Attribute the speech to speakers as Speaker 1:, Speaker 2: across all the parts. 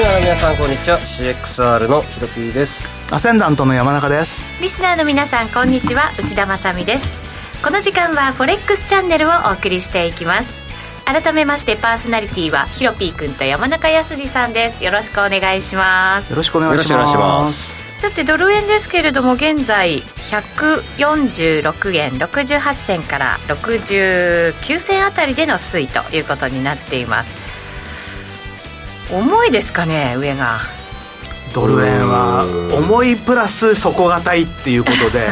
Speaker 1: はい皆さんこんにちは CXR のひろきです
Speaker 2: アセンダントの山中です
Speaker 3: リスナーの皆さんこんにちは内田まさみですこの時間はフォレックスチャンネルをお送りしていきます改めましてパーソナリティはひろぴーくんと山中康二さんですよろしくお願いします
Speaker 2: よろしくお願いし
Speaker 1: よろしくお願いし
Speaker 2: ま
Speaker 1: ます
Speaker 3: さてドル円ですけれども現在146円68銭から69銭あたりでの推移ということになっています重いですかね上が
Speaker 2: ドル円は重いプラス底堅いっていうこ とで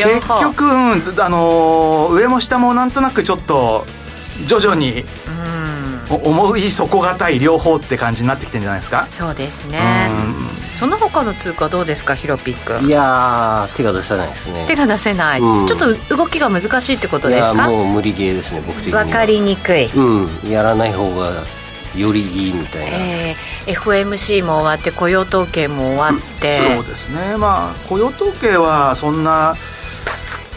Speaker 3: 両
Speaker 2: 結
Speaker 3: 方
Speaker 2: 局、うんあのー上も下もなんとなくちょっと徐々にお重い底堅い両方って感じになってきてんじゃないですか
Speaker 3: そうですね
Speaker 2: うん
Speaker 3: その他の通貨どうですかヒロピック
Speaker 1: いやー手が出せないですね
Speaker 3: 手が出せない、
Speaker 1: うん
Speaker 3: ちょっと動きが難しいってこと
Speaker 1: い
Speaker 3: で
Speaker 1: や
Speaker 3: すか
Speaker 1: もう無理ゲーですね僕的には
Speaker 3: 分かりにくい、
Speaker 1: うんやらない方がよりいいみたいな、
Speaker 3: えー FOMC も終わって雇用統計も終わって
Speaker 2: そうですねまあ雇用統計はそんな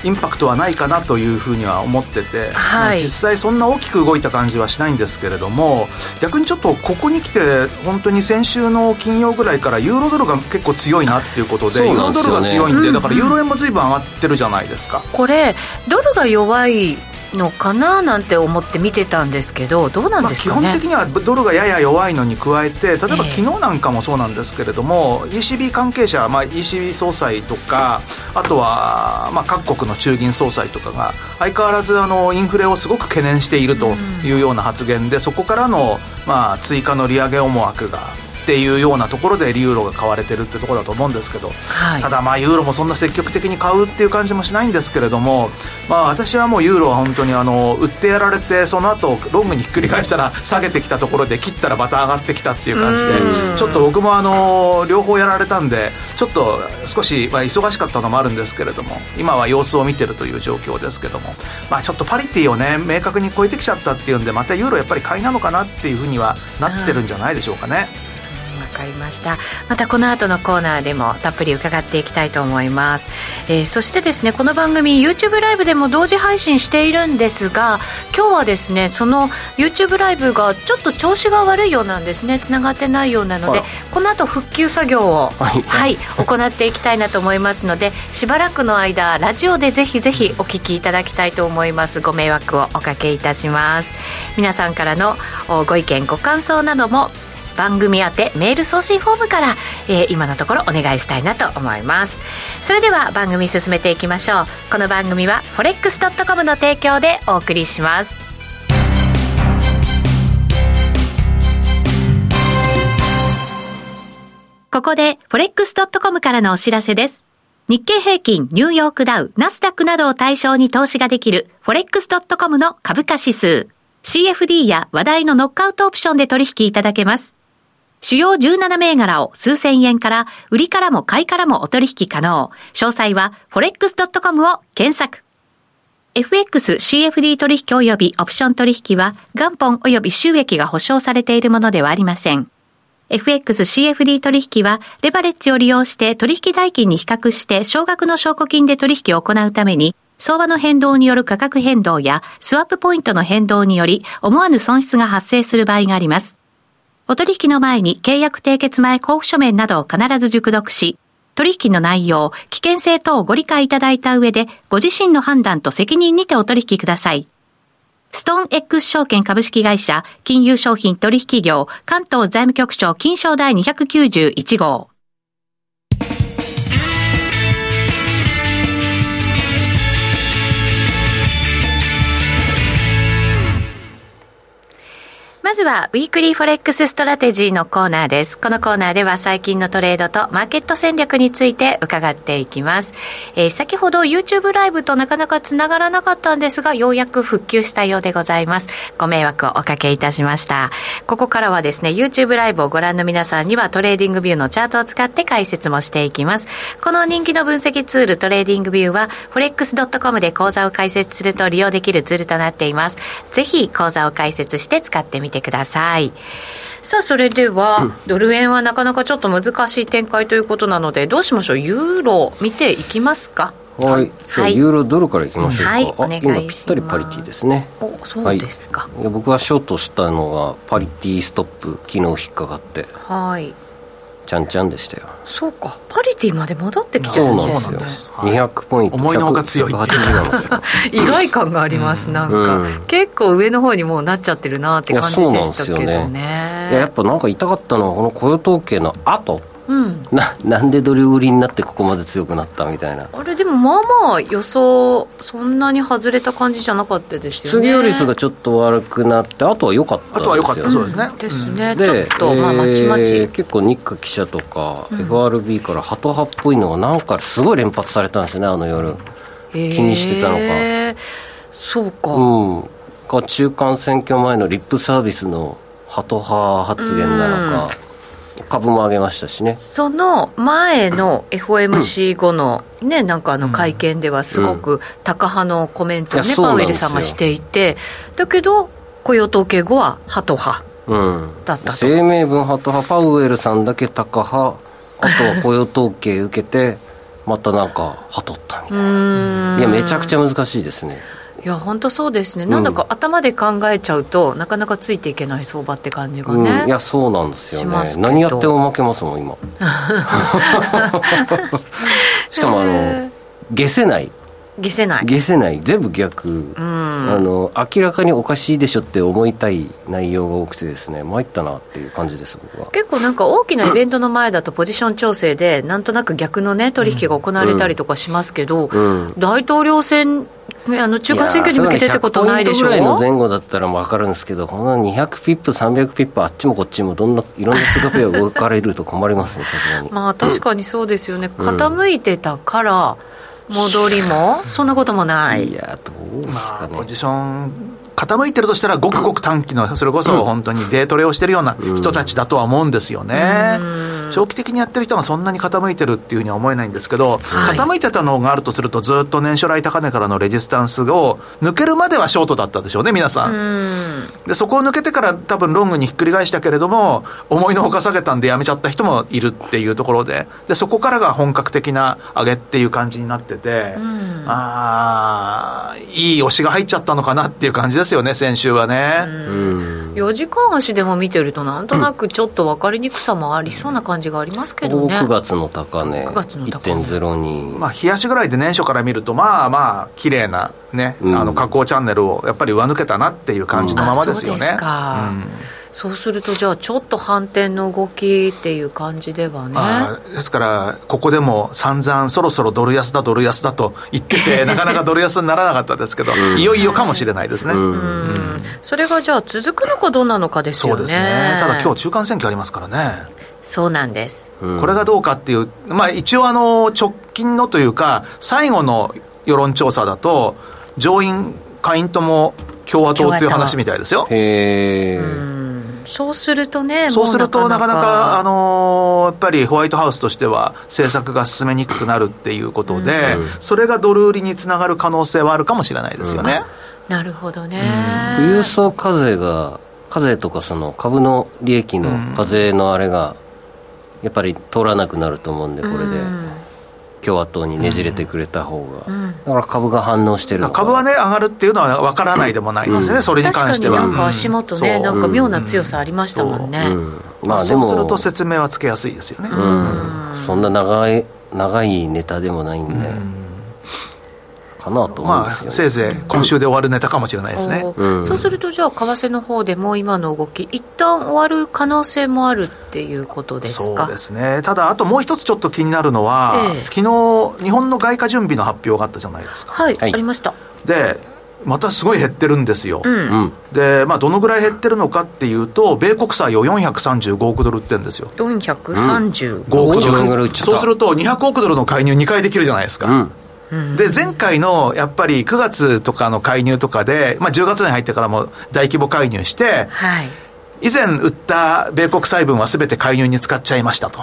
Speaker 2: インパクトはないかなというふうには思ってて、
Speaker 3: はい
Speaker 2: 実際そんな大きく動いた感じはしないんですけれども逆にちょっとここに来て本当に先週の金曜ぐらいからユーロドルが結構強いなっていうことで
Speaker 1: そう
Speaker 2: ユー
Speaker 1: なん
Speaker 2: ロ
Speaker 1: で
Speaker 2: ド
Speaker 1: す
Speaker 2: ル
Speaker 1: よね
Speaker 2: が強いんでだからユーロ円も随分上がってるじゃないですか。
Speaker 3: これドルが弱いのかななんて思って見てたんですけどどうなん
Speaker 2: まあ、
Speaker 3: です
Speaker 2: 基
Speaker 3: か
Speaker 2: 本
Speaker 3: ね、
Speaker 2: 的にはドルがやや弱いのに加えて例えば
Speaker 3: ええ
Speaker 2: 昨日なんかもそうなんですけれども、ECB 関係者、まあ、ECB 総裁とかあとは、まあ、各国の中銀総裁とかが相変わらずあのインフレをすごく懸念しているというような発言で、そこからの、まあ、追加の利上げ思惑が。っていうようなところでユーロが買われてるってところだと思うんですけど、
Speaker 3: はい
Speaker 2: ただまあユーロもそんな積極的に買うっていう感じもしないんですけれども、まあ、私はもうユーロは本当にあの売ってやられてその後ロングにひっくり返したら下げてきたところで切ったらまた上がってきたっていう感じでちょっと僕もあの両方やられたんでちょっと少しまあ忙しかったのもあるんですけれども今は様子を見てるという状況ですけども、まあ、ちょっとパリティをね明確に超えてきちゃったっていうんでまたユーロやっぱり買いなのかなっていうふうにはなってるんじゃないでしょうかね。
Speaker 3: わかりましたまたこの後のコーナーでもたっぷり伺っていきたいと思います、えーそしてですねこの番組 YouTube ライブでも同時配信しているんですが今日はですねその YouTube ライブがちょっと調子が悪いようなんですねつながってないようなので
Speaker 1: あら
Speaker 3: この後復旧作業を
Speaker 1: はい
Speaker 3: はい行っていきたいなと思いますのでしばらくの間ラジオでぜひぜひお聞きいただきたいと思いますご迷惑をおかけいたします皆さんからのおご意見ご感想なども番組宛てメール送信フォームから、えー今のところお願いしたいなと思いますそれでは番組進めていきましょうこの番組は forex.com の提供でお送りしますここで forex.com からのお知らせです。日経平均、ニューヨークダウ、ナスダックなどを対象に投資ができる forex.com の株価指数。CFD や話題のノックアウトオプションで取引いただけます。主要17銘柄を数千円から、売りからも買いからもお取引可能。詳細は forex.com を検索。FXCFD 取引及びオプション取引は元本及び収益が保証されているものではありません。FXCFD 取引は、レバレッジを利用して取引代金に比較して少額の証拠金で取引を行うために、相場の変動による価格変動や、スワップポイントの変動により、思わぬ損失が発生する場合があります。お取引の前に契約締結前交付書面などを必ず熟読し、取引の内容、危険性等をご理解いただいた上で、ご自身の判断と責任にてお取引ください。ストーン X 証券株式会社、金融商品取引業、関東財務局長、金賞第291号。まずは、ウィークリーフォレックスストラテジーのコーナーです。このコーナーでは最近のトレードとマーケット戦略について伺っていきます。えー先ほど YouTube ライブとなかなかつながらなかったんですが、ようやく復旧したようでございます。ご迷惑をおかけいたしました。ここからはですね、YouTube ライブをご覧の皆さんにはトレーディングビューのチャートを使って解説もしていきます。この人気の分析ツールトレーディングビューは、forex.com で講座を開設すると利用できるツールとなっています。ぜひ講座を開設して使ってみてください。さあ、それでは、ドル円はなかなかちょっと難しい展開ということなので、どうしましょうユーロ見ていきますか
Speaker 1: はい、じゃあ
Speaker 3: はい
Speaker 1: ユーロドルからいきましょうか、
Speaker 3: はい
Speaker 1: あ
Speaker 3: お願いします
Speaker 1: 今ぴったりパリティですね
Speaker 3: おそうですか
Speaker 1: はい、僕はショートしたのがパリティストップ昨日引っかかって
Speaker 3: はい。
Speaker 1: ちゃんちゃんでしたよ
Speaker 3: そうかパリティまで戻ってきて
Speaker 1: そ
Speaker 3: る
Speaker 1: うんなん
Speaker 3: で
Speaker 1: ですす
Speaker 2: そ
Speaker 1: よ
Speaker 2: うなんですはい
Speaker 1: 200ポイント
Speaker 2: 思いのほか強いっていう
Speaker 1: 180なんですよ
Speaker 3: 意外感がありますなんか、
Speaker 1: うん
Speaker 3: 結構上の方にもうなっちゃってるなって感じ
Speaker 1: いやそうな
Speaker 3: で
Speaker 1: んで
Speaker 3: した
Speaker 1: す
Speaker 3: け
Speaker 1: よ
Speaker 3: ど
Speaker 1: ね
Speaker 3: ね
Speaker 1: いややっぱなんか痛かったのはこの雇用統計の後
Speaker 3: うん
Speaker 1: ななんでドル売りになってここまで強くなったみたいな
Speaker 3: あれでもまあまあ予想そんなに外れた感じじゃなかったですよ
Speaker 1: 失
Speaker 3: ね
Speaker 1: 業率がちょっと悪くなってあとは良かったんですよ
Speaker 2: あとは良かったそうですね、
Speaker 3: です
Speaker 2: うん
Speaker 3: ね、
Speaker 1: で
Speaker 3: ちょっと、まあ
Speaker 1: えー
Speaker 3: まちまち
Speaker 1: 結構日華記者とか、FRB からハト派っぽいのがなんかすごい連発されたんですよねあの夜気にしてたのか
Speaker 3: へーそうか、
Speaker 1: うんが中間選挙前のリップサービスのハト派発言なのか、株も上げましたしね
Speaker 3: その前の FOMC 後の、ね、なんかあの会見ではすごくタカ派のコメントを
Speaker 1: い
Speaker 3: ね、
Speaker 1: やそう
Speaker 3: パ
Speaker 1: なん
Speaker 3: ウ
Speaker 1: です
Speaker 3: エ
Speaker 1: よ
Speaker 3: ルさんがしていてだけど雇用統計後はハト派
Speaker 1: うん
Speaker 3: だったと
Speaker 1: 声明文派と派パウエルさんだけタカ派あとは雇用統計受けてまたなんかハトったみたいないやめちゃくちゃ難しいですね
Speaker 3: いや本当そうですね、なんだか頭で考えちゃうとなかなかついていけない相場って感じがね、
Speaker 1: うん、いやそうなんですよ
Speaker 3: しま
Speaker 1: ね
Speaker 3: すけど
Speaker 1: 何やっても負けますも ん今しかもあの下せない
Speaker 3: 消せない
Speaker 1: 下せない全部逆、
Speaker 3: うん
Speaker 1: あの明らかにおかしいでしょって思いたい内容が多くてですね参ったなっていう感じです僕は
Speaker 3: 結構なんか大きなイベントの前だとポジション調整でなんとなく逆のね取引が行われたりとかしますけど、
Speaker 1: うん
Speaker 3: 大統領選ねあの中間選挙に向けてってことないでしょ
Speaker 1: いやそんなの100ポイントぐら
Speaker 3: う
Speaker 1: いの前後だったら分かるんですけどこの200ピップ300ピップあっちもこっちもどんないろんな通貨ペアが動かれると困りますねさすがに、
Speaker 3: まあ確かにそうですよね、傾いてたから戻りもそんなこともない、
Speaker 1: いやどうです
Speaker 2: ま
Speaker 1: か
Speaker 2: あ、
Speaker 1: ね、
Speaker 2: ポジション傾いてるとしたらごくごく短期のそれこそ本当にデートレをしてるような人たちだとは思うんですよね、長期的にやってる人がそんなに傾いてるっていうふうには思えないんですけど、
Speaker 3: はい
Speaker 2: 傾いてたのがあるとするとずっと年初来高値からのレジスタンスを抜けるまではショートだったでしょうね皆さん、でそこを抜けてから多分ロングにひっくり返したけれども思いのほか下げたんでやめちゃった人もいるっていうところででそこからが本格的な上げっていう感じになってて、ああいい押しが入っちゃったのかなっていう感じですよね先週はね、
Speaker 3: 4時間足でも見てるとなんとなくちょっと分かりにくさもありそうな感じがありますけどね、
Speaker 1: 9月の高値
Speaker 3: 9月の高値
Speaker 1: 1.0に、
Speaker 2: まあ冷やしぐらいで年初から見るとまあまあ綺麗なね、
Speaker 1: うん
Speaker 2: あの加工チャンネルをやっぱり上抜けたなっていう感じのままですよ
Speaker 3: あそう
Speaker 2: ね、
Speaker 3: ですか、
Speaker 2: うん
Speaker 3: そうするとじゃあちょっと反転の動きっていう感じではね
Speaker 2: あーですから、ここでも散々そろそろドル安だ、ドル安だと言ってて、なかなかドル安にならなかったですけど、いよいよかもしれないですね。
Speaker 3: うんそれがじゃあ続くのかどうなのかです
Speaker 2: そ
Speaker 3: よね
Speaker 2: うですねただ今日中間選挙ありますからね、
Speaker 3: そうなんです
Speaker 1: うん
Speaker 2: これがどうかっていう、まあ、一応あの直近のというか、最後の世論調査だと、上院、下院とも共和党っていう話みたいですよ。
Speaker 1: へえ、
Speaker 3: そうするとね
Speaker 2: そうする
Speaker 3: も
Speaker 2: と、なかなか、あのー
Speaker 3: の
Speaker 2: やっぱりホワイトハウスとしては、政策が進めにくくなるっていうことで、それがドル売りにつながる可能性はあるかもしれないですよね。
Speaker 3: なるほどね、
Speaker 1: 富裕層課税が課税とかその株の利益の課税のあれがやっぱり通らなくなると思うんでこれで共和党にねじれてくれた方が、だから株が反応してる
Speaker 2: だ
Speaker 1: の
Speaker 2: から
Speaker 1: か
Speaker 2: 株はね、上がるっていうのは分からないでもないですね、それに
Speaker 3: 確
Speaker 2: 関
Speaker 3: か
Speaker 2: して
Speaker 3: に
Speaker 2: は。
Speaker 3: なんか足元ね、
Speaker 2: うん
Speaker 3: なんか妙な強さありましたもんね、
Speaker 1: うんま
Speaker 2: まあ、
Speaker 1: あで
Speaker 2: そう
Speaker 1: も
Speaker 2: すると説明はつけやすいですよね。
Speaker 1: うんそんな長い長いネタでもないんで、かなと思うん
Speaker 2: ま
Speaker 1: で
Speaker 2: あ、
Speaker 1: すよ、ね
Speaker 2: せいぜい今週で終わるネタかもしれないですね。
Speaker 3: おーそうするとじゃあ為替の方でも今の動き一旦終わる可能性もあるっていうことです
Speaker 2: そう
Speaker 3: か
Speaker 2: ですね。ただ、あともう一つちょっと気になるのは、
Speaker 3: ええ
Speaker 2: 昨日、日本の外貨準備の発表があったじゃないですか。
Speaker 3: はい、
Speaker 1: はい
Speaker 3: ありました
Speaker 2: で、またすごい減ってるんですよ。
Speaker 3: うん
Speaker 1: うん
Speaker 2: で、まあ、どのぐらい減ってるのかっていうと、米国債を435億ドル売ってるんですよ。
Speaker 3: 430、
Speaker 2: 5
Speaker 1: 5
Speaker 2: 億ド
Speaker 1: 億ドル売
Speaker 2: ル。
Speaker 1: っちゃった
Speaker 2: そうすると、200億ドルの介入2回できるじゃないです
Speaker 1: う
Speaker 2: か。
Speaker 1: ん
Speaker 2: で、前回の、やっぱり9月とかの介入とかで、まあ、10月に入ってからも大規模介入して、
Speaker 3: はい
Speaker 2: 以前売った米国債分は全て介入に使っちゃいましたと、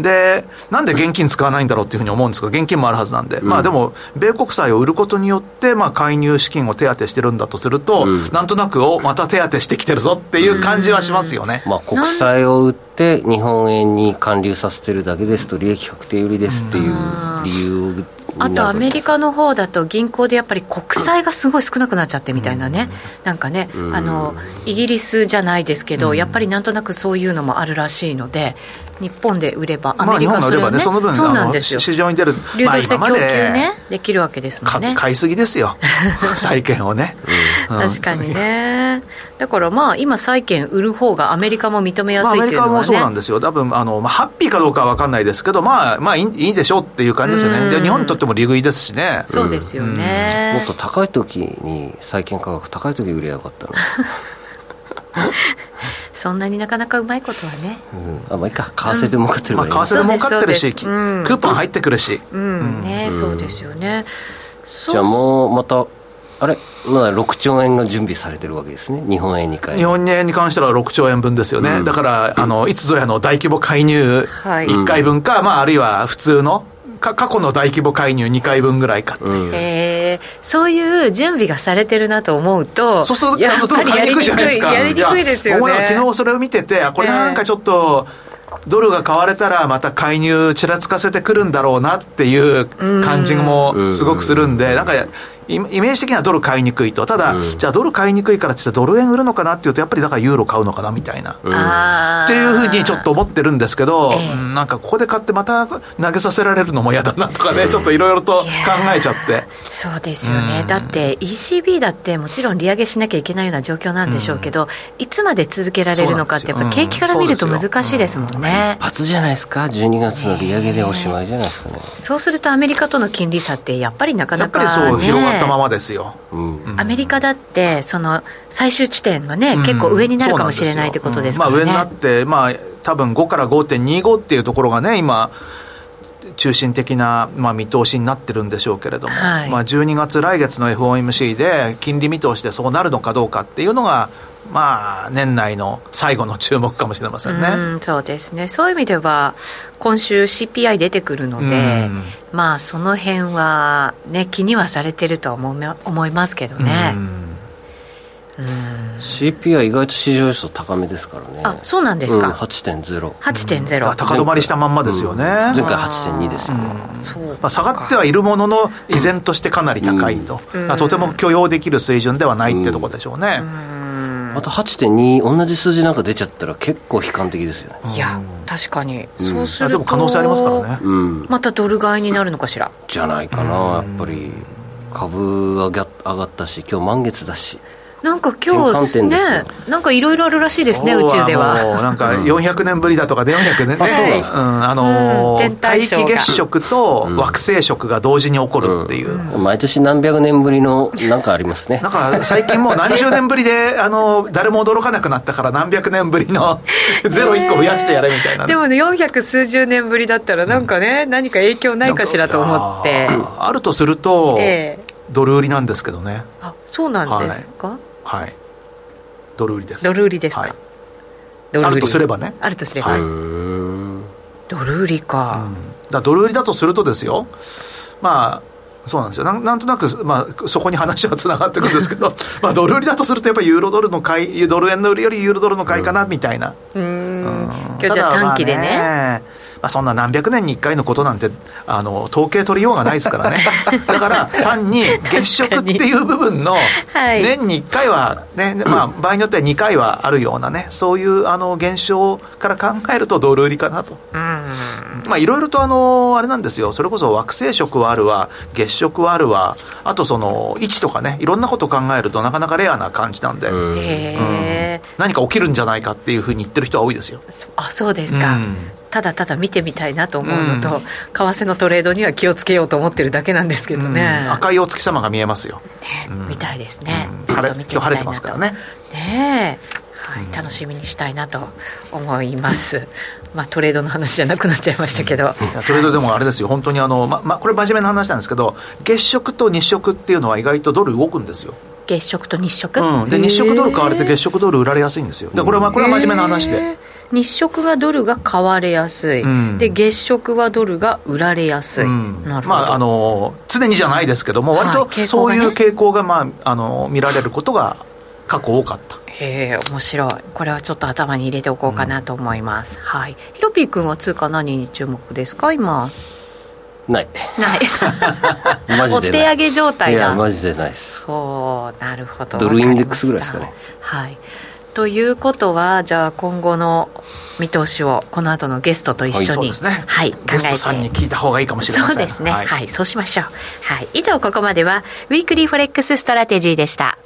Speaker 2: でなんで現金使わないんだろうっていうふうに思うんですけど現金もあるはずなんで、まあでも米国債を売ることによって、まあ、介入資金を手当てしてるんだとすると、なんとなくをまた手当てしてきてるぞっていう感じはしますよね、
Speaker 1: まあ、国債を売って日本円に還流させてるだけですと利益確定売りですっていう理由
Speaker 3: あとアメリカの方だと銀行でやっぱり国債がすごい少なくなっちゃってみたいなね、なんかね、あのイギリスじゃないですけど、やっぱりなんとなくそういうのもあるらしいので日本で売ればア
Speaker 2: まあ日
Speaker 3: メリ
Speaker 2: 本
Speaker 3: カ
Speaker 2: が
Speaker 3: そ
Speaker 2: 売れ
Speaker 3: れ
Speaker 2: ば
Speaker 3: は
Speaker 2: ね
Speaker 3: ね
Speaker 2: その分
Speaker 3: そう
Speaker 2: あ
Speaker 3: なん
Speaker 2: の
Speaker 3: ですよ
Speaker 2: 市場に出る
Speaker 3: 流動性
Speaker 2: ま
Speaker 3: 供
Speaker 2: あ今まで
Speaker 3: 給ねできるわけですも
Speaker 2: か
Speaker 3: んね
Speaker 2: 買いすぎです よ債券をね、うん
Speaker 3: 確かにねだからまあ今債券売る方がアメリカも認めや
Speaker 2: まあ、
Speaker 3: す
Speaker 2: ア
Speaker 3: い
Speaker 2: メ
Speaker 3: っ
Speaker 2: リ
Speaker 3: ていう
Speaker 2: カ
Speaker 3: の
Speaker 2: も
Speaker 3: は
Speaker 2: そうなん
Speaker 3: ね
Speaker 2: ですよ、多分あのまあハッピーかどうかは分かんないですけど、まあ、まあいい、いいでしょうっていう感じですよね、で日本にとっても利食いですしね、
Speaker 3: そうですよね、
Speaker 1: もっと高い時に債券価格高い時売ればよかったの、
Speaker 3: そんなになかなかうまいことはね
Speaker 1: うん、あまあいいか為替で儲かってる
Speaker 2: ま
Speaker 1: から
Speaker 2: あ、
Speaker 1: いい
Speaker 2: 為替で儲かってる
Speaker 3: そう
Speaker 2: し、
Speaker 3: です
Speaker 2: ク
Speaker 3: そうですうん
Speaker 2: ーポン入ってくるし、
Speaker 3: うんね、そうですよね。
Speaker 1: じゃあ
Speaker 3: う
Speaker 1: もうまたあれまだ6兆円が準備されてるわけですね日本円に換え
Speaker 2: 日本円に関しては6兆円分ですよね、だからあのいつぞやの大規模介入
Speaker 3: はい
Speaker 2: 1回分か、まあ、あるいは普通の、か過去の大規模介入2回分ぐらいかっていう。
Speaker 3: えーそういう準備がされてるなと思うと、
Speaker 2: そうすると、
Speaker 3: や
Speaker 2: あの
Speaker 3: っ
Speaker 2: ド
Speaker 3: ぱ
Speaker 2: ル
Speaker 3: り
Speaker 2: 買
Speaker 3: や
Speaker 2: い
Speaker 3: り
Speaker 2: にくい
Speaker 3: にくい
Speaker 2: じゃないですか。
Speaker 3: やりにくいですよ
Speaker 2: 僕は
Speaker 3: ね。
Speaker 2: 昨日それを見てて、あこれなんかちょっと、ドルが買われたらまた介入ちらつかせてくるんだろうなっていう感じもすごくするんで、なんか、イイメージ的にはドル買いにくいと。ただ、じゃあドル買いにくいからって言ってドル円売るのかなっていうと、やっぱりだからユーロ買うのかなみたいな。
Speaker 3: あー
Speaker 2: っていうふうにちょっと思ってるんですけど、
Speaker 3: ええ
Speaker 2: うんなんかここで買ってまた投げさせられるのも嫌だなとかね、ちょっといろいろと考えちゃって。
Speaker 3: そうですよね、だって ECB だって、もちろん利上げしなきゃいけないような状況なんでしょうけど、いつまで続けられるのかって、やっぱ景気から見ると難しいですもんね。
Speaker 1: 一発じゃないですか12月の利上げでおしまいじゃないですかね、
Speaker 3: そうするとアメリカとの金利差ってやっぱりなか
Speaker 2: や
Speaker 3: な
Speaker 2: っぱ
Speaker 3: か、
Speaker 2: り
Speaker 3: ね、
Speaker 2: そう広がったままですよ。
Speaker 1: うん
Speaker 3: アメリカだってその最終地点がね、結構上になるかもしれないってことですからね、
Speaker 2: うんまあ、上になって、まあ、多分5から5.25っていうところがね、今、中心的な、まあ、見通しになってるんでしょうけれども、
Speaker 3: はい
Speaker 2: まあ、12月、来月の FOMC で、金利見通しでそうなるのかどうかっていうのが、まあ、年内の最後の注目かもしれませんね。
Speaker 3: うん、そうですね、そういう意味では、今週、CPI 出てくるの
Speaker 2: う
Speaker 3: で、
Speaker 2: ん
Speaker 3: まあ、その辺はね、気にはされてるとは思う思いますけどね、
Speaker 1: CPI 意外と市場予想高めですからね
Speaker 3: あそうなんですか
Speaker 1: うん、8.0
Speaker 3: 8.0、
Speaker 2: だから高止まりしたまんまですよね。
Speaker 1: 前回8.2ですよね、
Speaker 3: そう
Speaker 2: まあ、下がってはいるものの、依然としてかなり高いと、まあとても許容できる水準ではないってところでしょうね。
Speaker 1: あと8.2同じ数字なんか出ちゃったら結構悲観的ですよね
Speaker 3: いや、確かに、そうす
Speaker 2: まあで
Speaker 3: ると、
Speaker 2: も可能性ありますからね。
Speaker 1: うん
Speaker 3: またドル買いになるのかしら、
Speaker 1: じゃないかな、やっぱり株はが上がったし今日満月だし
Speaker 3: なんか今
Speaker 1: 転換
Speaker 3: 日
Speaker 1: 点ですよ
Speaker 3: ね、なんかいろいろあるらしいですね、
Speaker 2: 今
Speaker 3: 宇
Speaker 2: 日
Speaker 3: 宙で
Speaker 2: もう
Speaker 3: は。
Speaker 2: なんか400年ぶりだとかで400年ね。
Speaker 1: あそうなんです
Speaker 2: んあの
Speaker 3: うん
Speaker 2: ー、
Speaker 3: 天体
Speaker 2: 大
Speaker 3: ショー
Speaker 2: 気
Speaker 3: が
Speaker 2: 月食と惑星食が同時に起こるっていう。
Speaker 1: 毎年何百年ぶりのなんかありますね。
Speaker 2: なんか最近もう何十年ぶりで、あのー、誰も驚かなくなったから何百年ぶり のゼロ1個増やしてやれみたいなね。
Speaker 3: でもね、400数十年ぶりだったら、なんかね、何か影響ないかしらと思って
Speaker 2: いや。ーあるとすると、
Speaker 3: ええ
Speaker 2: ドル売りなんですけどね。
Speaker 3: あそうなんですか、
Speaker 2: はい。ドル売りです。
Speaker 3: ドル売りですか、
Speaker 2: はい
Speaker 3: ドル売り
Speaker 2: あるとすればね
Speaker 3: あるとすれば、
Speaker 2: はいう
Speaker 1: ーん
Speaker 3: ドル売りか、
Speaker 2: だからドル売りだとするとですよ、まあ、そうなんですよなんなんとなく、まあ、そこに話はつながってくるんですけ ど、まあ、ドル売りだとすると、やっぱりユーロドルの買い、ドル円の売りよりユーロドルの買いかなみたいな、
Speaker 3: うーん今日
Speaker 2: た
Speaker 3: じ
Speaker 2: だ
Speaker 3: ゃあ短期でね,、
Speaker 2: まあねまあ、そんな何百年に1回のことなんてあの統計取りようがないですから ねだから単に月食っていう部分の
Speaker 3: はい
Speaker 2: 年に1回は、ねまあ、場合によっては2回はあるようなねそういうあの現象から考えるとドル売りかなと。まあ、いろいろとあのあれなんですよ、それこそ惑星食はあるわ、月食はあるわ、あとその位置とかね、いろんなこと考えると、なかなかレアな感じなんで、
Speaker 1: うん
Speaker 3: へえ、
Speaker 2: 何か起きるんじゃないかっていうふうに言ってる人は多いですよ。
Speaker 3: そあそうです
Speaker 2: う
Speaker 3: か、
Speaker 2: ん
Speaker 3: ただただ見てみたいなと思うのと、
Speaker 2: う
Speaker 3: 為替のトレードには気をつけようと思ってるだけなんですけどね,ね、
Speaker 2: うん赤いお月様が見えますよ。
Speaker 3: みたいですね、
Speaker 2: うん
Speaker 3: ちょっ
Speaker 2: 晴
Speaker 3: と
Speaker 2: れ
Speaker 3: 見
Speaker 2: 今日晴れ
Speaker 3: てみたいなと
Speaker 2: てますからね。
Speaker 3: ねえ、はい、楽しみにしたいなと思います、まあトレードの話じゃなくなっちゃいましたけど、
Speaker 2: いやトレードでもあれですよ、本当にあの、ま、ま、これ真面目な話なんですけど、月食と日食っていうのは意外とドル動くんですよ。
Speaker 3: 月食と日食、
Speaker 2: うん。で、日食ドル買われて月食ドル売られやすいんですよ。で、これは、ま、これは真面目な話
Speaker 3: へ
Speaker 2: で
Speaker 3: ー。日食がドルが買われやすい、
Speaker 2: うん
Speaker 3: で月食はドルが売られやすい、
Speaker 2: うん
Speaker 3: なるほど、
Speaker 2: まあ、あの常にじゃないですけども、割
Speaker 3: はい
Speaker 2: と
Speaker 3: 傾向
Speaker 2: そ
Speaker 3: が
Speaker 2: う
Speaker 3: ね
Speaker 2: いう傾向が、まあ、あの見られることが過去多かった。
Speaker 3: へえ面白いこれはちょっと頭に入れて おこうかなと思います、はいヒロピー君は通貨何に注目ですか今
Speaker 1: ない。
Speaker 3: ない。
Speaker 1: マジでない
Speaker 3: お手上げ状態
Speaker 1: い
Speaker 3: だ。
Speaker 1: や、マジでないです。
Speaker 3: そうなるほど
Speaker 1: ドルインデックス
Speaker 3: わりました
Speaker 1: ぐらいです
Speaker 3: はいということはじゃあ今後の見通しをこの後のゲストと一緒に、はい、
Speaker 2: そうですね、
Speaker 3: はい、考え
Speaker 2: ゲストさんに
Speaker 3: て
Speaker 2: 聞いた方がいいかもしれま
Speaker 3: そ
Speaker 2: せ
Speaker 3: うんですねはい、そうしましょうはい以上ここまではウィークリーフォレックスストラテジーでした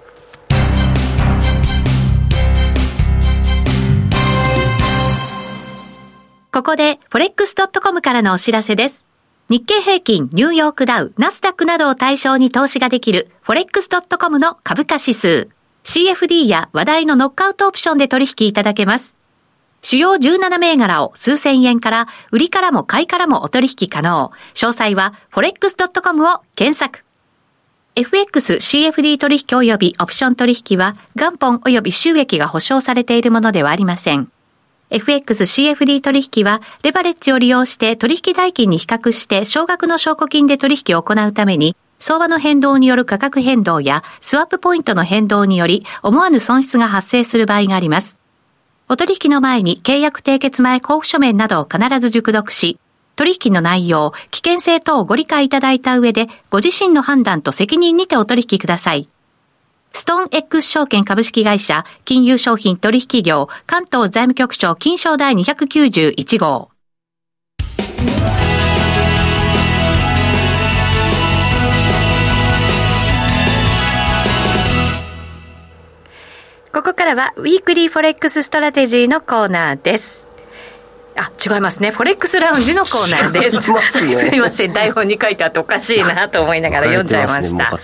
Speaker 3: ここで、forex.com からのお知らせです。日経平均、ニューヨークダウ、ナスダックなどを対象に投資ができる、forex.com の株価指数。CFD や話題のノックアウトオプションで取引いただけます。主要17銘柄を数千円から、売りからも買いからもお取引可能。詳細は、forex.com を検索。FX CFD 取引及びオプション取引は元本及び収益が保証されているものではありません。FX CFD 取引はレバレッジを利用して取引代金に比較して少額の証拠金で取引を行うために相場の変動による価格変動やスワップポイントの変動により思わぬ損失が発生する場合があります。お取引の前に契約締結前交付書面などを必ず熟読し、取引の内容、危険性等をご理解いただいた上で、ご自身の判断と責任にてお取引ください。ストーン X 証券株式会社、金融商品取引業、関東財務局長金賞第291号。ここからは、ウィークリーフォレックスストラテジーのコーナーです。あ、違いますね。フォレックスラウンジのコーナーです。
Speaker 1: 違いますね
Speaker 3: すいません。台本に書いてあっておかしいなと思いながら読んじゃいました。
Speaker 1: 書いてますね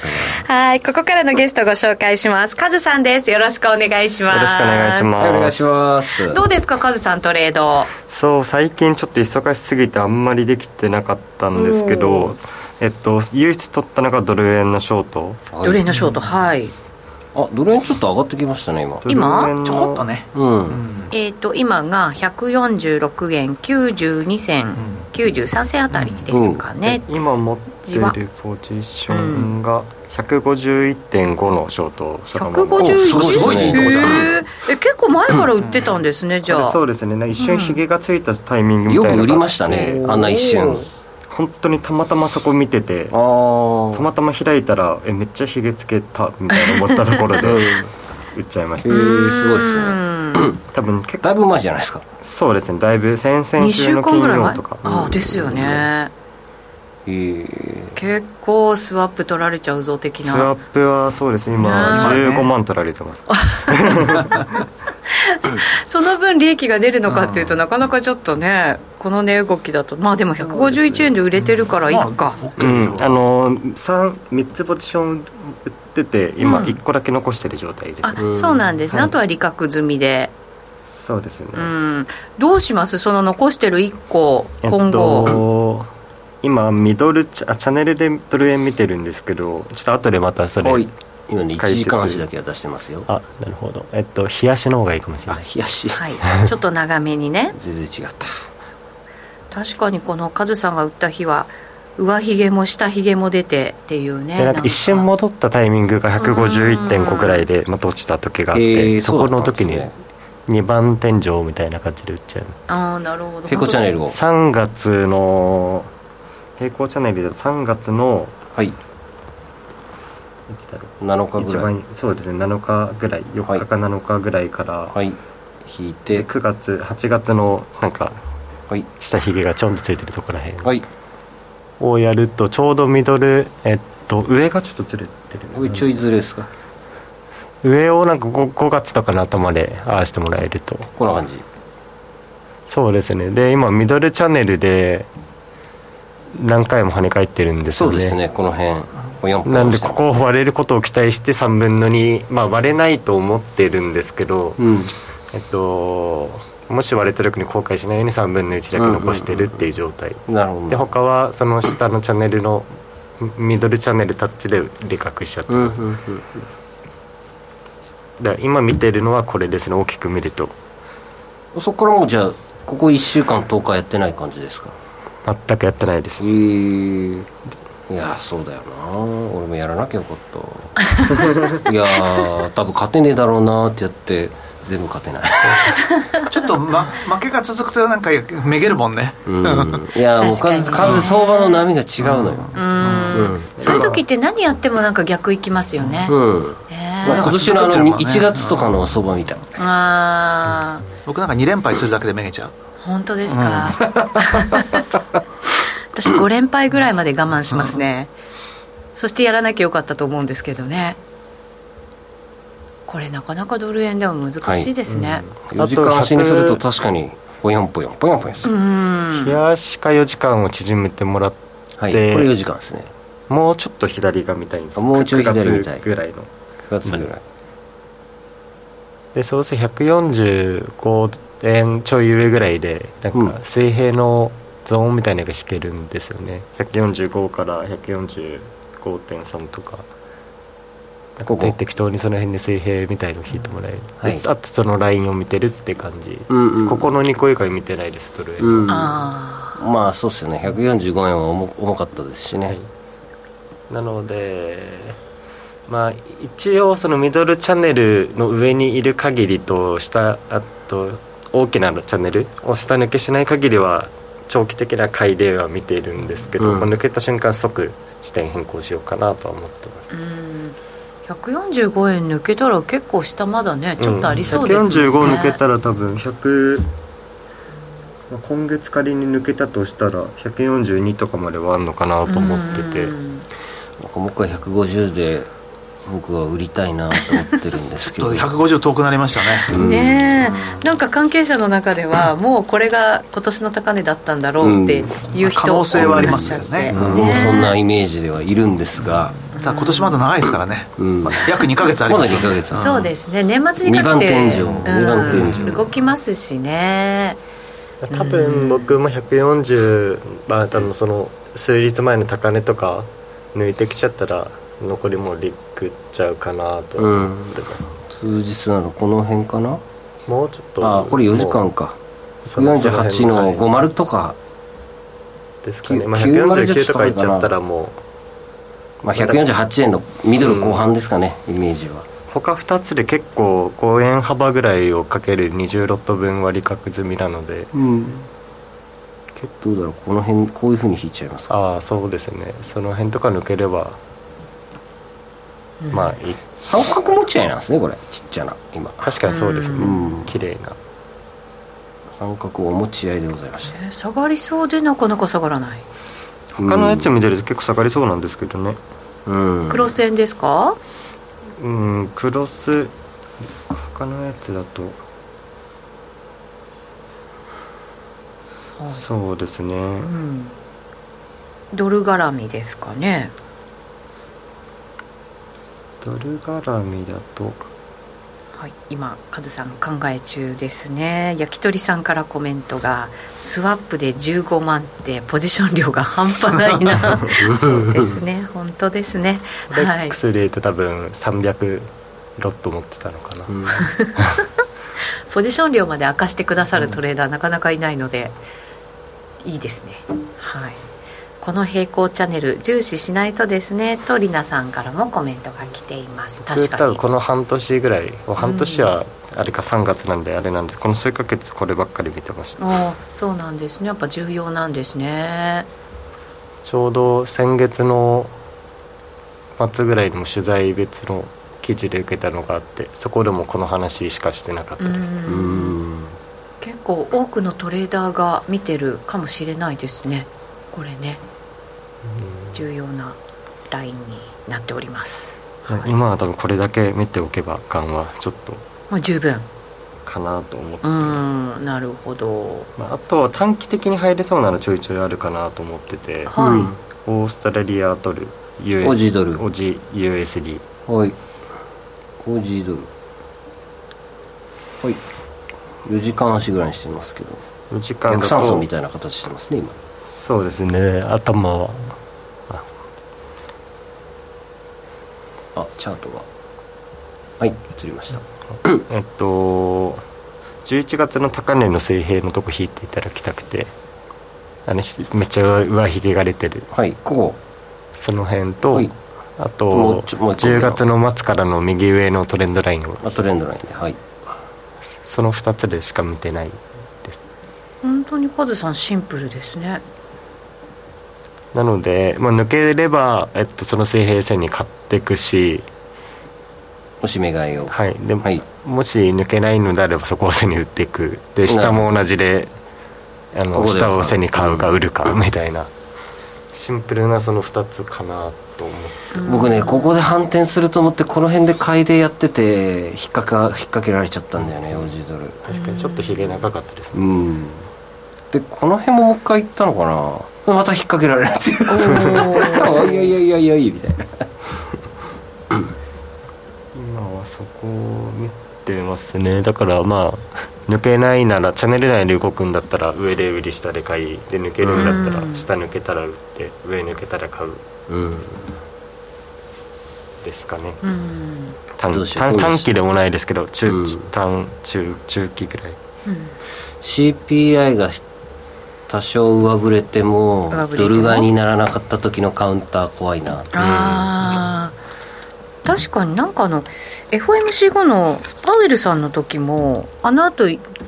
Speaker 1: 儲か
Speaker 3: はい。ここからのゲストご紹介します。カズさんです。よろしくお願いします。
Speaker 4: よろしくお願い
Speaker 1: はい
Speaker 4: し
Speaker 1: お願
Speaker 4: ま
Speaker 1: いし
Speaker 4: す
Speaker 1: ます。
Speaker 3: どうですか、カズさん、トレード。
Speaker 4: そう最近ちょっと忙しすぎてあんまりできてなかったんですけ
Speaker 3: お
Speaker 4: どえっと唯一取ったのがドル円のショート
Speaker 1: はい
Speaker 3: ドル円のショート、はい。
Speaker 1: あ、ドル円ちょっと上がってきましたね、今。
Speaker 3: 今
Speaker 4: ドル円の
Speaker 2: ちょこっとね、
Speaker 1: うん。
Speaker 3: えっ、と、今が146円92銭、93銭あたりですかね。
Speaker 4: 今持ってるポジションが151.5のショートそのまま
Speaker 1: 150
Speaker 3: 151
Speaker 1: おすごいねいいとこじゃないですか
Speaker 3: へーえ結構前から売ってたんですね、じゃあ。
Speaker 4: そうですねなんか一瞬ひげがついたタイミングみ
Speaker 1: よ
Speaker 4: たいなのが
Speaker 1: く売
Speaker 4: あって
Speaker 1: りましたね、あんな一瞬。
Speaker 4: 本当にたまたまそこ見てて
Speaker 1: あー
Speaker 4: たまたま開いたらえめっちゃひげつけたみたいな思ったところで売っちゃいまし
Speaker 1: へえ
Speaker 4: た
Speaker 1: すごいですね。
Speaker 4: 多分結構
Speaker 1: だいぶ前じゃないですか。
Speaker 4: そうですねだいぶ先々
Speaker 3: 2
Speaker 4: 週
Speaker 3: 週
Speaker 4: の
Speaker 3: 間
Speaker 4: 金
Speaker 3: ぐらい前
Speaker 4: 曜とか
Speaker 3: ああですよね
Speaker 1: ええ
Speaker 3: 結構スワップ取られちゃうぞ的
Speaker 4: スワ
Speaker 3: な
Speaker 4: ップはそうですね今
Speaker 3: ね
Speaker 2: え
Speaker 4: 15万取られてます
Speaker 3: その分利益が出るのかっていうとなかなかちょっとねこの値動きだとまあでも151円で売れてるからいい
Speaker 2: まあ
Speaker 3: か、
Speaker 4: う
Speaker 2: OK
Speaker 4: ん
Speaker 2: でしょ
Speaker 4: あ
Speaker 2: う
Speaker 4: の 3, 3つポジション売ってて今
Speaker 3: うん
Speaker 4: 1個だけ残してる状態ですね、
Speaker 3: あそうなんですね、
Speaker 4: はい
Speaker 3: あとは利確済みで、
Speaker 4: そうですね、
Speaker 3: うん、どうしますその残してる1個
Speaker 4: えっ
Speaker 3: 今後、
Speaker 4: と今ミドルチャあチャンネルでドル円見てるんですけどちょっと後でまたそれ
Speaker 1: はい。今ね、1
Speaker 4: 解説
Speaker 1: 時間足だけは出してますよ。
Speaker 4: あなるほどえっと冷やしの方がいいかもしれ
Speaker 1: あ、
Speaker 4: ない
Speaker 1: 冷やし。
Speaker 3: はい、ちょっと長めにね
Speaker 1: 全然違った。
Speaker 3: 確かにこのカズさんが売った日は上髭も下髭も出てっていうね
Speaker 4: でなんか一瞬戻ったタイミングが151.5
Speaker 3: うん
Speaker 4: ぐらいでまた落ちた時があっ
Speaker 1: へ
Speaker 4: て、
Speaker 1: え
Speaker 4: そこの
Speaker 1: そ
Speaker 4: 時
Speaker 1: うだったん
Speaker 4: に
Speaker 1: ですね
Speaker 4: 2番天井みたいな感じで打っちゃう
Speaker 3: ああなるほど
Speaker 1: ペコチャンネルを。
Speaker 4: 3月の平行チャンネルで3月の
Speaker 1: はい。
Speaker 4: いつだろ
Speaker 1: 7
Speaker 4: う
Speaker 1: 日
Speaker 4: 一
Speaker 1: ぐらい。
Speaker 4: 番そうですね7日ぐらい4日か7日ぐらいから、
Speaker 1: はい。引い
Speaker 4: で
Speaker 1: て。
Speaker 4: 9月8月のなんか
Speaker 1: はい。
Speaker 4: 下ひげがちょんとついてるところらへん
Speaker 1: はい。
Speaker 4: をやるとちょうどミドルえっと上がちょっとずれてる
Speaker 1: これちょいずれですか。
Speaker 4: 上をなんか 5, 月とかの頭でああしてもらえると
Speaker 1: こんな感じ。
Speaker 4: そうですねで今ミドルチャンネルで何回も跳ね返ってるんです
Speaker 1: そ
Speaker 4: よ
Speaker 1: う
Speaker 4: ね
Speaker 1: ですね、この辺。こう四本
Speaker 4: なんで
Speaker 1: 押して
Speaker 4: こ
Speaker 1: ます
Speaker 4: こを割れることを期待して3分の2、まあ、割れないと思ってるんですけど、
Speaker 1: うん。
Speaker 4: えっと、もし割れた時に後悔しないように3分の1だけ残してるっていう状態、
Speaker 1: なるほ
Speaker 4: で
Speaker 1: ど。
Speaker 4: 他はその下のチャンネルのミドルチャンネルタッチで利確しちゃって、
Speaker 1: うんうんうん。
Speaker 4: だから今見てるのはこれですね大きく見ると
Speaker 1: そこからもうじゃあここ1週間10日やってない感じですか
Speaker 4: 全くやってないです
Speaker 1: えー、いやーそうだよな俺 もやらなきゃよかったいやー多分勝てねえだろうなーってやって全部勝てない
Speaker 2: ちょっと、ま、負けが続くとなんかめげるもんね、
Speaker 1: うんいやもう
Speaker 3: 確かに
Speaker 1: 数数相場の波が違うのよ
Speaker 3: うん
Speaker 1: うん
Speaker 3: そういう時って何やってもなんか逆行きますよね、
Speaker 1: うん
Speaker 3: ね
Speaker 1: まあ
Speaker 2: な
Speaker 1: 今
Speaker 2: んか
Speaker 1: 年のあ
Speaker 2: 作ってるも
Speaker 1: の
Speaker 2: んね
Speaker 1: 1月とかの相場みたい
Speaker 3: ああ
Speaker 2: 僕なんか2連敗するだけでめげちゃう
Speaker 3: 本当ですか、 私5連敗ぐらいまで我慢しますね、そしてやらなきゃよかったと思うんですけどねこれなかなかドル円では難しいですね、
Speaker 1: 4時間足にすると確かにぽよんぽよんぽよんぽよんす
Speaker 3: う
Speaker 1: る、
Speaker 3: ん
Speaker 4: 東か4時間を縮めてもらっ
Speaker 1: はいこ
Speaker 4: で
Speaker 1: れ4時間ですね
Speaker 4: もうちょっと左が見たいんです
Speaker 1: あもうちょい左見たい
Speaker 4: 9月ぐらいの
Speaker 1: 9月ぐらい、
Speaker 4: でそうすると145円ちょい上ぐらいでなん
Speaker 1: う
Speaker 4: か水平のゾーンみたいなのが引けるんですよね145から145.3とかなんか
Speaker 1: ここ
Speaker 4: 適当にその辺で水平みたいのを引いてもらえる、
Speaker 1: はい
Speaker 4: であとそのラインを見てるって感じ、
Speaker 1: うんうん
Speaker 4: ここの2個以外見てないですドル円、
Speaker 1: うん
Speaker 3: あ
Speaker 1: まあそうっすよね145円は重重かったですしね、
Speaker 4: はい、なのでまあ一応そのミドルチャンネルの上にいる限りと下あと大きなチャンネルを下抜けしない限りは長期的な買いでは見ているんですけど、
Speaker 1: うん
Speaker 4: これ抜けた瞬間即視点変更しようかなとは思ってます
Speaker 3: ーうん145円抜けたら結構下まだねちょっとありそうです
Speaker 4: ん
Speaker 3: もんね、
Speaker 4: 145抜けたら多分100まあ今月仮に抜けたとしたら142とかまではあるのかなと思ってて、
Speaker 3: うん
Speaker 1: なんか僕は150で僕は売りたいなと思ってるんですけ
Speaker 2: ちょ
Speaker 1: ど
Speaker 2: っと150遠くなりましたね
Speaker 1: うん
Speaker 3: ねえなんか関係者の中ではもうこれが今年の高値だったんだろうっていう人
Speaker 2: 可能性はありますよね
Speaker 3: 多くなっちゃって
Speaker 1: うんもうそんなイメージではいるんですが、
Speaker 2: ただ今年まだ長いですからね、
Speaker 1: うん
Speaker 2: まあ約2か月あり
Speaker 1: ま
Speaker 2: ま
Speaker 1: だ
Speaker 2: す
Speaker 1: 2ヶ月ある
Speaker 3: そうですね年末にかけて
Speaker 1: 二番天井二番天井
Speaker 3: 動きますしね
Speaker 4: 多分僕も140まあ多分その数日前の高値とか抜いてきちゃったら残りもうリクっちゃうかなと思ってます、
Speaker 1: 数日なのこの辺かな
Speaker 4: もうちょっと
Speaker 1: ああこれ4時間
Speaker 4: も
Speaker 1: か
Speaker 4: うそそ
Speaker 1: 148の
Speaker 4: 辺
Speaker 1: 50とか、
Speaker 4: ですかね、まあ、
Speaker 1: 9
Speaker 4: 149とかいっちゃったらも
Speaker 1: まあ、148円のミドル後半ですかね、イメージは
Speaker 4: う他2つで結構5円幅ぐらいをかける20ロット分割り格済みなので
Speaker 1: うんどうだろうこの辺こういうふうに引いちゃいますか
Speaker 4: ああそうですねその辺とか抜ければ、まあいい
Speaker 1: 三角持ち合いなんですねこれちっちゃな今
Speaker 4: 確かにそうですね、
Speaker 1: うん
Speaker 4: 綺麗な
Speaker 1: 三角お持ち合いでございました
Speaker 3: え下がりそうでなかなか下がらない
Speaker 4: 他のやつ見てると結構下がりそうなんですけどね、
Speaker 1: うん
Speaker 3: クロス円ですか
Speaker 4: うんクロス他のやつだと
Speaker 3: はい
Speaker 4: そうですね、
Speaker 3: うんドル絡みですかね
Speaker 4: ドル絡みだと
Speaker 3: はい、今カズさん考え中ですね焼き鳥さんからコメントがスワップで15万ってポジション量が半端ない なそうですね本当ですね
Speaker 4: レ
Speaker 3: は
Speaker 4: ッ
Speaker 3: い
Speaker 4: クスで言うと多分300ロット持ってたのかな、
Speaker 1: うん
Speaker 3: ポジション量まで明かしてくださるトレーダー、なかなかいないのでいいですねはいこの平行チャンネル重視しないとですねとりなさんからもコメントが来ています確
Speaker 4: 多
Speaker 3: か
Speaker 4: 分
Speaker 3: に
Speaker 4: この半年ぐらい半年はあれか3月なんであれなんですこの数ヶ月こればっかり見てました
Speaker 3: おそうなんですねやっぱ重要なんですね
Speaker 4: ちょうど先月の末ぐらいにも取材別の記事で受けたのがあってそこでもこの話しかしてなかった
Speaker 3: う
Speaker 4: です、
Speaker 1: うん
Speaker 3: 結構多くのトレーダーが見てるかもしれないですねこれね重要なラインになっております、はい、
Speaker 4: 今は多分これだけ見ておけば感はちょっと
Speaker 3: もう十分
Speaker 4: かなと思って、
Speaker 3: うーんなるほど
Speaker 4: まあ、あとは短期的に入れそうなのちょいちょいあるかなと思ってて
Speaker 3: はい、
Speaker 1: うん
Speaker 4: オーストラリアドル US
Speaker 1: オジドル
Speaker 4: オジ USD
Speaker 1: はいオージードルはい4時間足ぐらいにしてますけど
Speaker 4: の時間
Speaker 1: 逆
Speaker 4: だ
Speaker 1: 三層み
Speaker 4: と
Speaker 1: たいな形してますね今
Speaker 4: そうですね頭は
Speaker 1: あチャートがはい映りました
Speaker 4: えっと11月の高値の水平のとこ引いていただきたくてあのしめっちゃ上髭が出てる
Speaker 1: はいこ
Speaker 4: その辺と、
Speaker 1: はい
Speaker 4: あ
Speaker 1: もう
Speaker 4: と
Speaker 1: ちょもうちょっ
Speaker 4: 10
Speaker 1: と
Speaker 4: 月の末からの右上のトレンドラインを
Speaker 1: こあトレンドラインではい
Speaker 4: その2つでしか見てないです
Speaker 3: 本当にカズさんシンプルですね
Speaker 4: なので、まあ、抜ければ、えっと、その水平線に買っていくし、
Speaker 1: おしめ買いを。
Speaker 4: はいでも
Speaker 1: はい
Speaker 4: もし抜けないのであればそこを背に打っていくで下も同じであの
Speaker 1: ここで
Speaker 4: 下を背に買うか売るかみたいなシンプルなその2つかなと思って。
Speaker 1: 僕ね、ここで反転すると思って、この辺で買いでやってて、引っかか、引っ掛けられちゃったんだよね、オージードル。
Speaker 4: 確かにちょっとひげ長かったですね、
Speaker 1: うん。で、この辺ももう一回行ったのかなまた引っ掛けられるって いう。おいやいやいやいやいやみたいな。
Speaker 4: 今はそこを見てますねだからまあ抜けないならチャンネル内で動くんだったら上で売り下で買いで抜けるんだった
Speaker 3: うん
Speaker 4: ら下抜けたら売って上抜けたら買う
Speaker 1: うん。
Speaker 4: ですかね
Speaker 3: うん
Speaker 4: 短
Speaker 1: どうしよう
Speaker 4: 短短期でもないですけど中、
Speaker 1: うん
Speaker 4: 短中中期ぐらい
Speaker 1: CPI が多少上振れても
Speaker 3: 上振れて
Speaker 1: ド
Speaker 3: も
Speaker 1: ル買いにならなかった時のカウンター怖いな
Speaker 3: あー確かになんかあの FOMC 後のパウエルさんの時もあの後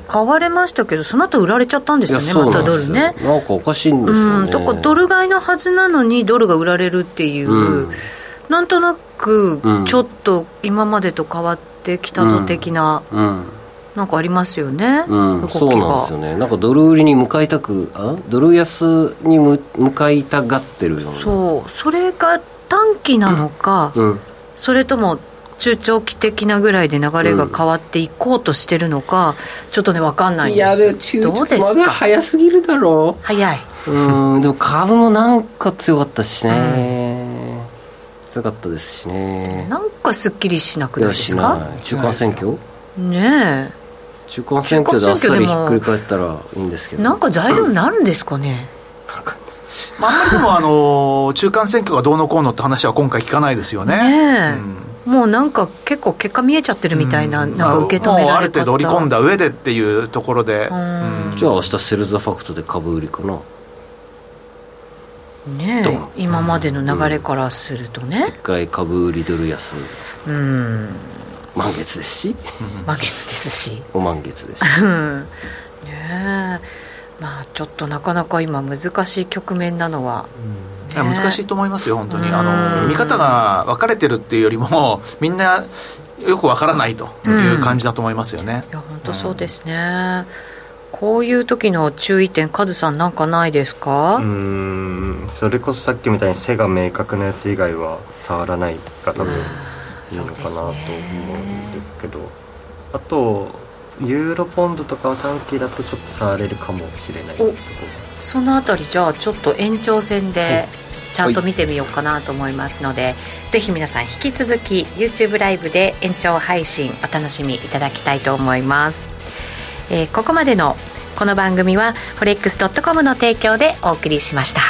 Speaker 3: 買われましたけどその後売られちゃったんですよね
Speaker 1: いや
Speaker 3: ま
Speaker 1: そ
Speaker 3: た
Speaker 1: うなん
Speaker 3: ド
Speaker 1: です
Speaker 3: ル
Speaker 1: よ
Speaker 3: ね
Speaker 1: なんかおかしいんですよ
Speaker 3: うん
Speaker 1: ね
Speaker 3: とかドル買いのはずなのにドルが売られるっていう、
Speaker 1: うん
Speaker 3: なんとなく
Speaker 1: うん
Speaker 3: ちょっと今までと変わってきたぞ的な、
Speaker 1: うん、
Speaker 3: なんかありますよね、
Speaker 1: うん
Speaker 3: 動きが
Speaker 1: そうなんですよねなんかドル売りに向かいたくあドル安にむ向かいたがってるような
Speaker 3: そうそれが短期なのか、
Speaker 1: うん、
Speaker 3: それとも中長期的なぐらいで流れが変わっていこうとしてるのか、ちょっとね分かんないんですどうですか
Speaker 1: 早すぎるだろ
Speaker 3: 早い、
Speaker 1: うんでも株もなんか強かったしね、強かったですしね
Speaker 3: なんかすっきりしなく
Speaker 1: い
Speaker 3: ない
Speaker 1: や
Speaker 3: で
Speaker 1: し
Speaker 3: すか
Speaker 1: ない中間選挙
Speaker 3: ね
Speaker 1: 中間選挙であっさりひっくり返ったらいいんですけ
Speaker 3: え
Speaker 1: ど
Speaker 3: なんか材料になるんですかね、
Speaker 2: まあ、あんまりでも、あのー中間選挙がどうのこうのって話は今回聞かないですよね。
Speaker 3: ねえ
Speaker 2: うん
Speaker 3: もうなんか結構結果見えちゃってるみたいな、
Speaker 2: うん
Speaker 3: なんか受け止
Speaker 2: ま
Speaker 3: め
Speaker 2: あもう
Speaker 3: ら
Speaker 2: ある
Speaker 3: れ
Speaker 2: 程
Speaker 3: 方
Speaker 2: 度織り込んだ上でっていうところで、
Speaker 3: うん
Speaker 2: うん
Speaker 1: じゃあ明日セルザファクトで株売りかな
Speaker 3: ね
Speaker 1: ド
Speaker 3: え
Speaker 1: ン
Speaker 3: 今までの流れからするとね
Speaker 1: 一回株売りドル安
Speaker 3: うん
Speaker 1: 満月ですし
Speaker 3: 満月ですし
Speaker 1: お満月ですし
Speaker 3: うんねえまあちょっとなかなか今難しい局面なのは、
Speaker 2: いや
Speaker 3: ね
Speaker 2: 難しいと思いますよ本当に
Speaker 3: うん
Speaker 2: あの見方が分かれてるっていうよりもみんなよく分からないという感じだと思いますよね、
Speaker 3: いや本当そうですね、こういう時の注意点カズさんなんかないですか、
Speaker 4: うーんそれこそさっきみたいに背が明確なやつ以外は触らないが多分いい
Speaker 3: そ
Speaker 4: の
Speaker 3: う
Speaker 4: か
Speaker 3: で
Speaker 4: な
Speaker 3: す
Speaker 4: と思
Speaker 3: ね
Speaker 4: うんですけどあとユーロポンドとかは短期だとちょっと触れるかもしれないとこ
Speaker 3: そのあたりじゃあちょっと延長戦でちゃんと見てみようかなと思いますので、ぜひ皆さん引き続き YouTube ライブで延長配信お楽しみいただきたいと思います、えーここまでのこの番組は forex.com の提供でお送りしました